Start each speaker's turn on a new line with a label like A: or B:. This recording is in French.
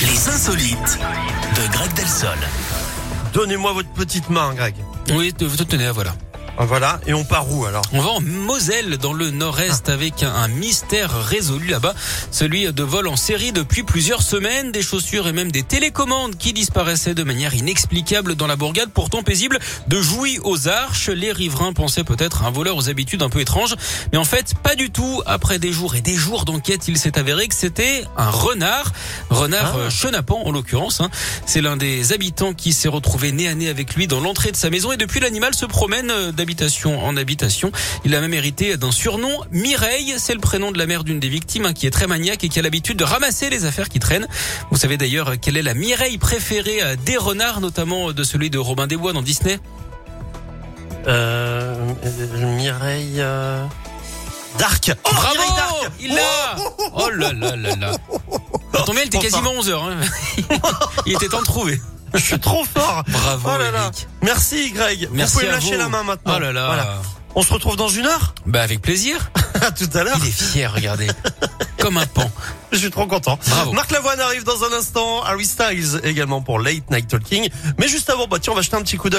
A: Les insolites de Greg Delsol.
B: Donnez-moi votre petite main, Greg.
C: Oui, te- te- tenez, voilà.
B: Ah, Voilà, et on part où alors
C: On va en Moselle, dans le nord-est, avec un, un mystère résolu là-bas. Celui de vol en série depuis plusieurs semaines, des chaussures et même des télécommandes qui disparaissaient de manière inexplicable dans la bourgade, pourtant paisible, de Jouy aux Arches. Les riverains pensaient peut-être à un voleur aux habitudes un peu étranges, mais en fait, pas du tout. Après des jours et des jours d'enquête, il s'est avéré que c'était un renard. Renard
B: Ah.
C: euh, chenapan, en l'occurrence. hein. C'est l'un des habitants qui s'est retrouvé nez à nez avec lui dans l'entrée de sa maison et depuis l'animal se promène euh, d'habitation en habitation. Il a même hérité d'un surnom, Mireille. C'est le prénom de la mère d'une des victimes hein, qui est très maniaque et qui a l'habitude de ramasser les affaires qui traînent. Vous savez d'ailleurs euh, quelle est la Mireille préférée euh, des renards, notamment euh, de celui de Robin des Bois dans Disney
B: euh, euh, Mireille. euh, Dark Oh,
C: Bravo
B: Mireille Dark
C: Il l'a Oh là là là là Ça tombe bien, il était
B: Enfin.
C: quasiment 11h. il était temps de trouver.
B: oh, Je suis trop fort
C: Bravo,
B: Oh là là.
C: Eric.
B: Merci, Greg.
C: Merci
B: vous pouvez
C: à
B: me lâcher
C: vous.
B: la main maintenant.
C: Oh là là.
B: Voilà. On se retrouve dans une heure
C: Bah avec plaisir.
B: À tout à l'heure.
C: Il est fier, regardez. Comme un pan.
B: Je suis trop content.
C: Bravo.
B: Marc Lavoine arrive dans un instant. Harry Styles également pour Late Night Talking. Mais juste avant, bah, tiens, on va jeter un petit coup d'œil.